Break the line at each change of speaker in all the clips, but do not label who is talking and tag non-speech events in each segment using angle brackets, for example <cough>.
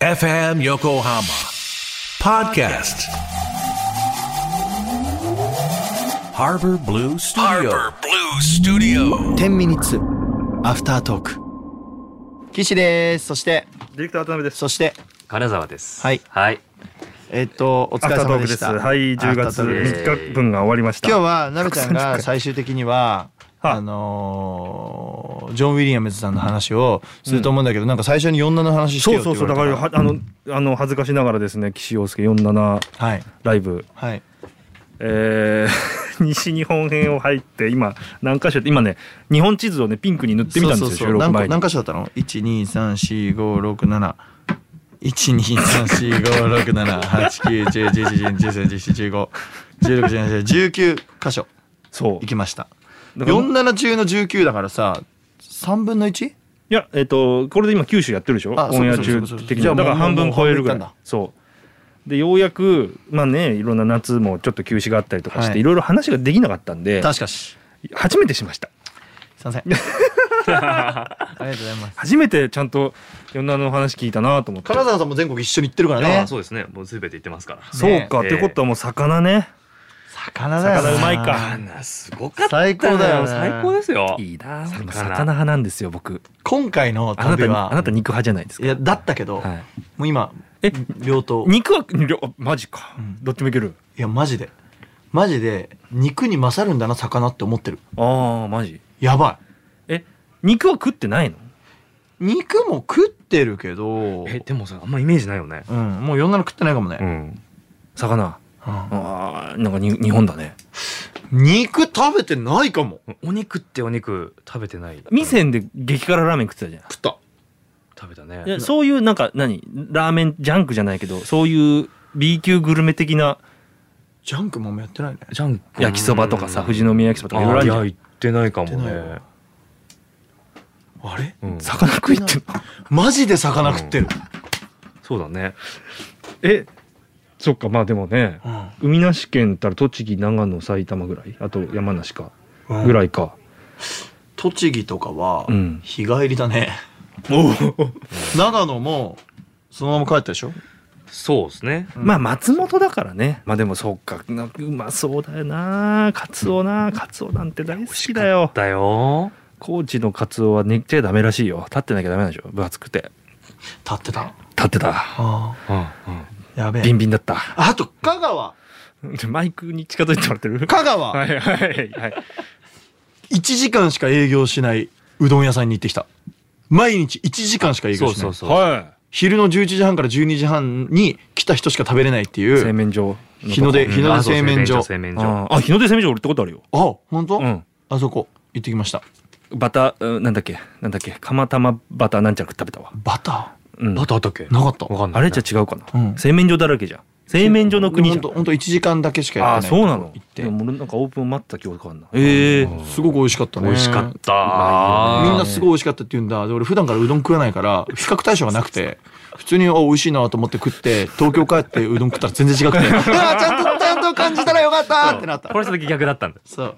FM Yokohama Podcast Harbor Blue Studio
Blue Studio
10ミニッツアフタートーク岸ですそして
ディレクター渡辺です。
そして
金沢です。
はい
はい。
えっとお
ア
疲
フ
れ
タート
様
ー
で
ク
し
です。
た
はい、10月
アフタートークです
3日分が終わりました。
今日はなべちゃん <laughs> が最終的には
はい
あのージョン・ウィリアムズさんの話をすると思うんだけど、なんか最初に47の話して
そ
よ
う
って
そう
言
そ
わ
う、
れ
だ
た
からはあのあの恥ずかしながらですね、岸洋介47
はい
ライブ、
はい
えー <laughs> 西日本編を入って今何箇所今ね日本地図をねピンクに塗ってみたんですよ
そうそう
収
そう
録前
何
に
個何箇所だったの一二三四五六七一二三四五六七八九十十一十二十三十四十五十六十七十九箇所
そう
行きました。
だから
四七中の十九だからさ、三分の一？
いやえっ、とこれで今九州やってるでしょ
あ
オンエア中
そうそうそうそう
的に
じゃあ
だから
もう
半分超えるぐら
もう半分いったん
い
だ
そうでようやくまあねいろんな夏もちょっと休止があったりとかして、
はい
い、ろいろ話ができなかったんで
確かし。
初めてしました
すい <laughs> ません。ありがとうございます。
初めてちゃんといろんなの話聞いたなと思って
金沢さんも全国一緒に行ってるから
あ
ね
あ。そうですね。もうすべて言ってますから。
そうか、
ね
ってことはもう魚ね
魚だよな。
魚うまいか
あなすごかった
最高だよね
最高ですよ。
いいな魚
魚
魚派なんですよ僕
今回の
あな
旅
た
は
あなた肉派じゃないです
い
か
やだったけど、
はい
もう今
え
病棟。い
肉はりょマジか、
ん
どっちもいける
やマジでマジで肉に勝るんだな魚って思ってる。
ああマジ
やば
え肉は食ってないの
い。肉も食ってるけど、
えでもさあんまイメージないよね。
うんもう四七食ってないかもね。
ん。
魚
うん
あーなんかに日本だね
肉食べてないかも。
お肉ってお肉食べてない。
店で激辛ラーメン食ってたじゃん
食った。
食べたね
い。やそういうなんか何ラーメンジャンクじゃないけどそういう B 級グルメ的な
ジャンクもあんまやってないね。
ジャンク
焼きそばとかさ
うん
富士宮焼きそばとかいろいろあ
あ
るじゃ
いや
ん
行ってないかも
行ってない
ね
わ。あれ
うん
魚食いってんの
マジで魚食ってる。
そうだね。
えそっかまあでもね
うん。
海なし県ったら栃木長野埼玉ぐらいあと山梨か
うん
ぐらいか、
栃木とかは
うん
日帰りだね、長野もそのまま帰ったでしょ
そうですね。
うん
まあ松本だからねまあでもそっかなうまそうだよなカツオなカツオなんて大好きだよ
だよ。
高知のカツオは寝ちゃダメらしいよ立ってなきゃダメなんでしょ分厚くて
立ってた
立ってた
あ
うんうん。
ーやべ
ビ
え
ンビンだった
あと香川
マイクに近づいてもらってる
香川
はいはいはい
1時間しか営業しないうどん屋さんに行ってきた毎日1時間しか営業
そう
しな
そ
い
うそう。
は
昼の11時半から12時半に来た人しか食べれないってい
い製
う
麺所
日の出
うん
日の
あ
出
そう
製麺所
製麺所。製麺所
ああ日の出製麺所俺行ったことあるよ
あ本当、
うん
あそこ行ってきました
バターうんなんだっけなんだっけ釜玉バターなんちゃら食べたわ
バタ
うん
バターあったっけ
ー？なかった
わかんない。
あれじゃ違うか
う
な、
ん
製麺所だらけじゃん製麺所の国じゃん
本当本当1時間だけしか
あ
や
あ
ってない
そうなの
行っ
で
て
も俺なんかオープン待ってた記憶あるなええ
うん
すごく美味しかったね
美味しかった。
みんな
す
すごい美味しかったって言うんだで俺普段からうどん食わないから比較対象がなくて普通にあ美味しいなと思って食って東京帰ってうどん食ったら全 <laughs> 然違くてうわちゃんとちゃんと感じたらよかったってなった
これちょっと逆だったんだ。
そう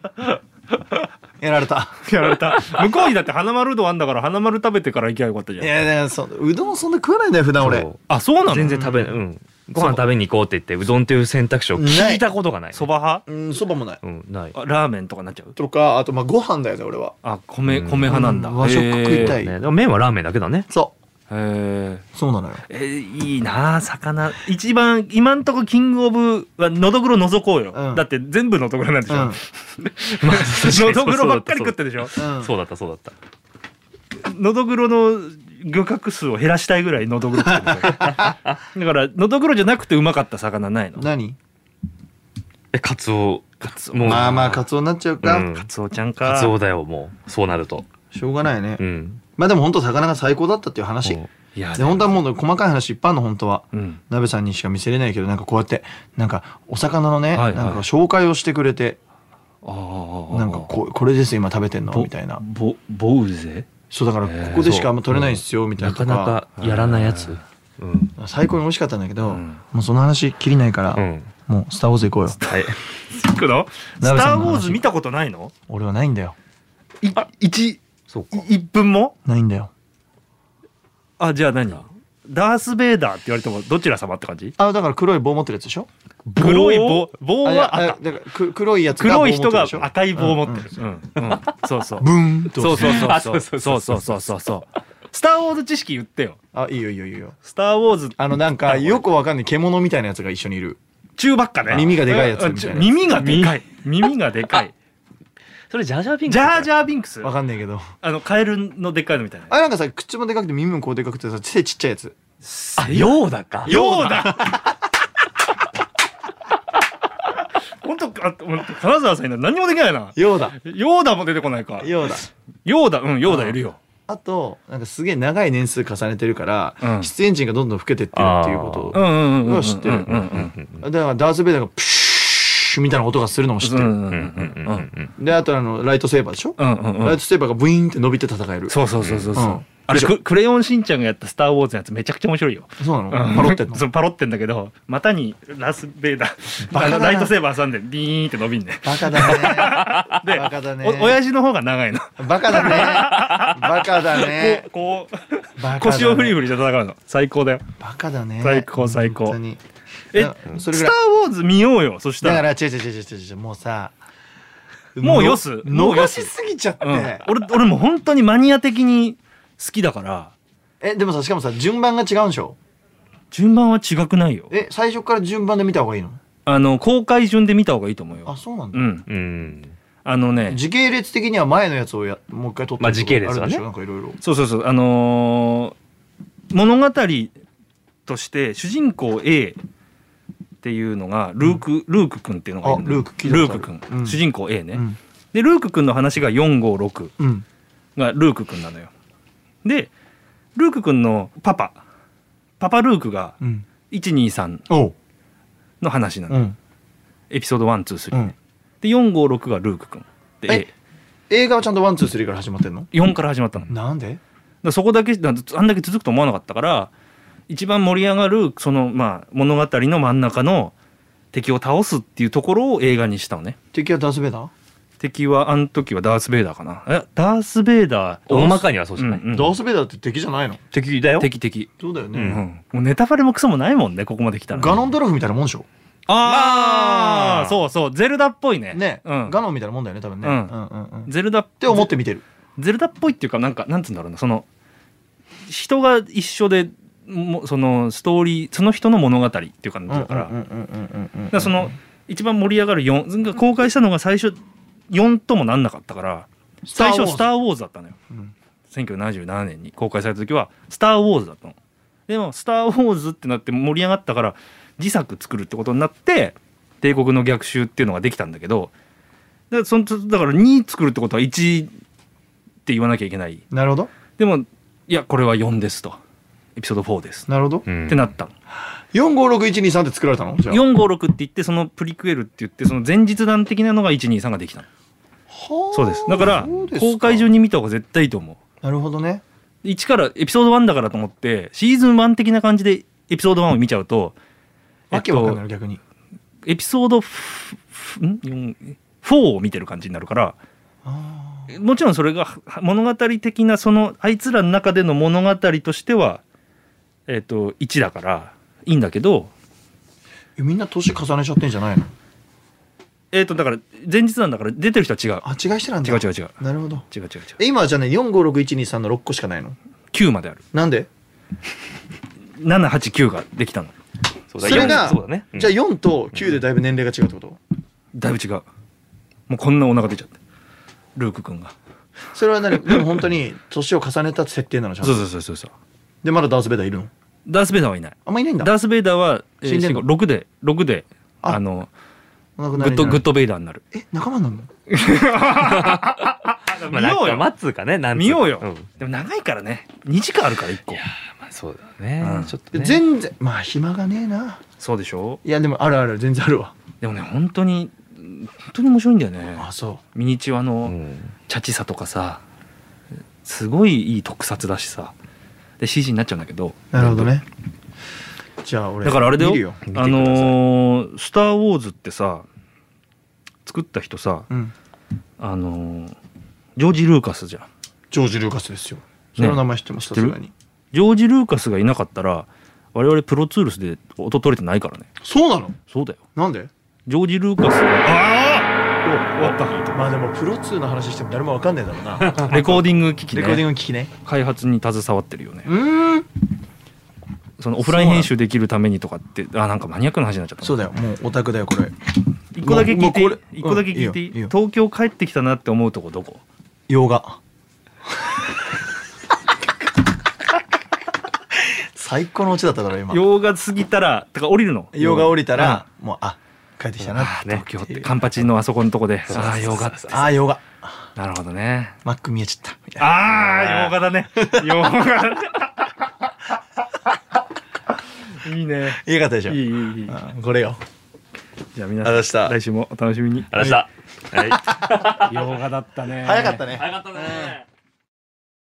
やられた
やられた向こうにだって花丸うどんあんだから花丸食べてから行きゃよかったじゃ
い
ん
やでもそううどんそんな食わないんだよ普段俺
そう
あそうなの
全然食べ、うん。ご飯食べに行こうって言って、うどんという選択肢を聞いたことがない。
そば派
うんそばもない
うん、ない。
あラーメンとかになっちゃう
とかあとまあご飯だよね俺は
あ米米派なんだ、
うん和食食いたい
へ
ね、でも麺はラーメンだ
<laughs>
けだね。
そ
え
うそうなのよ
えーいいなあ魚一番今んとこキングオブはのどぐろ覗こうよ、
うん
だって全部のどぐろなんでし
う
ょ、
ん
まあ、
<laughs> のどぐろばっかり食って
る。
るでしょ
うん
そうだった、そうだった。
のどぐろの漁獲数を減らしたいぐらいのどぐろ食ってるでしょだからのどぐろじゃなくてうまかった魚ないの
何
え、カツオ。
カツオ
もう
まあまあカツオになっちゃうか、
うん
カツオちゃんか
カツオだよ、もう。そうなると。
しょうがないね、
うん。
まあでも本当魚が最高だったっていう話、
うん
いや
で本当はもう細かい話いっぱいあるの本当は、
うん
鍋さんにしか見せれないけどなんかこうやってなんかお魚のね、
はいはい
なんか紹介をしてくれて
ああ
なんかこうこれです今食べてんのみたいな
ボボウゼ
そうだからここでしかあんま取れないんですよみたい
な
なと
か
か
なかやらないやつ。うん。
最高に美味しかったんだけど、
うん
もうその話きりないから、
うん。
もう「スター・ウォーズ」行こうよ
はい。
行くのスタ
鍋さ
ー・
んの話
ウォーズ見たことないの
俺はないんだよ
い一
そうか。
一分も
ないんだよ
あじゃあ何ダース・ベイダーって言われてもどちら様って感じ
あだから黒い棒持ってるやつでしょ
黒い棒棒
あいや
は
あ
赤
だからく黒いやつが棒
黒
持
い
ってる
人
で
が
しょ
赤い棒を持ってる、うんうんそ
<laughs>
うそう
ブーンと
そうそう
あ
そ
そうう
そ
そうう
そうそうそうそうそうスター・ウォーズ知識言ってよ
あいいよいいよいいよ
スター・ウォーズ
あのなんかよくわかんない獣みたいなやつが一緒にいる
中ばっかね
耳がでかいやつみたいなやつ
あちょ耳がでかい耳がでかい
それジャージャーピンク
ジャージ
ャ
ャー・ビンクス
わかんないけど
あのカエルのでっかいのみたいな
あれなんかさ口もでかくて耳もこうでかくてさ背ちっちゃいやつ
ーあヨーダか
ようだ本当あほんと金沢さんいない何もできないな
ようだ
ヨーダも出てこないか
ようだ
ヨーダうんヨーダいるよ
あとなんかすげえ長い年数重ねてるから、
うん
出演陣がどんどん老けてってるっていうことを
うんうんうんうんうん
知ってる
うんう
だ
ん
からダース・ベイダーがプシューみたいな音がするのも知って
う
る、
んうんう
うん
ん
うんうんうん
であとあのライトセーバーでしょ、
うんうんうん
ライトセーバーがブイーンって伸びて戦える
そうそうそうそうそううんあれククレヨンしんちゃんがやった「スター・ウォーズ」のやつめちゃくちゃ面白いよ
そうなの、
うん
パロってんの
そうパロってんだけど股にラスベイダ
バカだ
ー
な
あのライトセーバー挟んでビーンって伸びんね
バカだね
で
バカだね
お親父の方が長いの
バカだねバカだね
こうこう
バカだね
腰をフリフリして戦うの最高だよ
バカだね
最高最高
本当に
え
だ
「
それ
ス
ぐ
タ
らい
ー・ウォーズ」見ようよそした
だからら違う違う違う違う違うもうさ
もうよす
の
もうよ
逃
す
しすぎちゃって、
うん、俺俺もう本当にマニア的に好きだから
えでもさしかもさ順番が違うんでしょ
順番は違くないよ
え最初から順番で見た方がいいの
あの公開順で見た方がいいと思う
あ
よ
そうなんだ、
うん
うん
あのね
時系列的には前のやつをやもう一回撮って
まあ時系列はね
あるでしょなんかいろいろ
そうそうそうあのー物語として主人公 A っていうのがルーク、ルーク君っていうのがいるの
あルーク聞いたことあ
ル
る
ーク
う
君
ん
主人公 A ね、
うん
でルーク君の話が456
うん
がルーク君なのよでルーク君のパパパパルークが
うん
123
おう
の話なの、
うん
エピソード123、
うん
で456がルーク君で
映画はちゃんとワンツースリーから始まってんの
A4 から始まったの
なんで
だからそこだけだあんだけ続くと思わなかったから一番盛り上がるその、まあ、物語の真ん中の敵を倒すっていうところを映画にしたのね
敵はダース・ベイダー、
敵はあの時はダース・ベイダーかなえダース・ベイダー
大まかにはそうじゃない、
うんうん
ダース・ベイダーって敵じゃないの
敵だよ
敵敵、
そうだよ
うん
ね、
もうネタバレもクソもないもんねここまで来たら
ガノンドルフみたいなもんでしょ
あ
ま
あ
あ
そうそうゼルダっぽいね
ね、
うん、
ガノンみたいなもんだよね多分ね、
う
うんんうんうん、っ
ゼルダって
思って見てる
ゼルダっぽいっていうかなんかなんつうんだろうなその人が一緒でもそのストーリーその人の物語っていう感じだから、
うんうんうんうんうんうん
だからその一番盛り上がる4公開したのが最初4ともなんなかったから最初「スタ
ー・ウォーズ
ー・ウォーズ」だったのよ
うん
1977年に公開された時は「スター・ウォーズ」だったのでも「スター・ウォーズ」ってなって盛り上がったから自作作るってことになって「帝国の逆襲」っていうのができたんだけどだからそのだから2作るってことは1って言わなきゃいけない
なるほど
でもいやこれは4ですとエピソード4です
なるほど、
うん
ってなったの
45623って作られたのじゃあ
456って言ってそのプリクエルって言ってその前日談的なのが123ができたの
はあ
そうですだから
そうです
公開順に見た方が絶対いいと思
なるほどね
う1からエピソード1だからと思ってシーズン1的な感じでエピソード1を見ちゃうと
わけわかんない
えっ
の逆に
とエピソードふふん4え4を見てる感じになるから
あ
もちろんそれがは物語的なそのあいつらの中での物語としてはえっ、と1だからいいんだけど
ーえみんな年重ねちゃってんじゃないの
えっ、とだから前日談だから出てる人は違う
あ違いしてなんだ
違う違う違う
なるほど
違う違う違う
え今じゃあね45623の6個しかないの
9まである
なんで
789ができたの
そうだ
それが
そうだね、
じゃあ4と9でだいぶ年齢が違うってこと
だいぶ違うもうこんなお腹出ちゃってルーク君が
それは何でも本当に年を重ねた設定なのじゃん
そう
と
そうそうそうそう
でまだダース・ベイダーいるの
ダース・ベイダーはいない
あんまいないんだ
ダース・ベイダーは、えー、
死んでんの
6で6であ
あ
の
お亡く
グ
なり
ッ
にな
ド
る
グッドベイダーになる
え仲間なの
うんまあ、なんか待つかねなんつ
見ようよ、
うん
でも長いからね2時間あるから1個
まあ、そうだね、
うん
ちょっと、
で
ね、
全然まあ暇がねえな
そうでしょ
いやでもあるある全然あるわ
でもね本当に本当に面白いんだよね
あそ
ミニチュアの、
うん
チャチさとかさすごいいい特撮だしさで CG になっちゃうんだけど
うなるほどねじゃあ俺
だからあれだよ
見るよ
見てくだ
あ
さい
のースター・ウォーズ」ってさ作った人さ、
うん
あのージョージ・ルーカスじゃん
ジョージ・ルーカスですよその名前知ってます
知っ
さ
て
す
る
がに
ジョージ・ルーカスがいなかったら我々プロツールスで音取れてないからね
そうなの
そうだよ
なんで
ジョージ・ルーカスがああ終わっ
まあでもプロ2の話しても誰もわかんねえだろう <laughs> な
たレコーディング機器、ね、
レコーディング聞きね
開発に携わってるよね
うーん
そのオフライン編集できるためにとかってあなんかマニアックな話になっちゃった
そうだよもうオタクだよこれ
一個だけ聞いてい
も
い
うもうこれ
一個だけ聞いていい,、
うんいいよいいよ
東京帰ってきたなって思うとこどこ
洋 <laughs> 画最高のオチだったから今
洋画過ぎたらとか降りるの
洋画降りたらもうあ帰ってきたな
あー
って
東京ってカンパチのあそこのとこでああ洋画って
ああ洋画
なるほどね
マック見えちゃったみたいな
ああ洋画だね <laughs> 洋画いいね
よかったでし
い
ょ
いいいいい
うんこれよ
じゃ
あ
あ皆
りがとうございま
さ
し
ん
た
来週もお楽しみに
ありがとうございました。はい。
洋画だったね
早かったね
早かった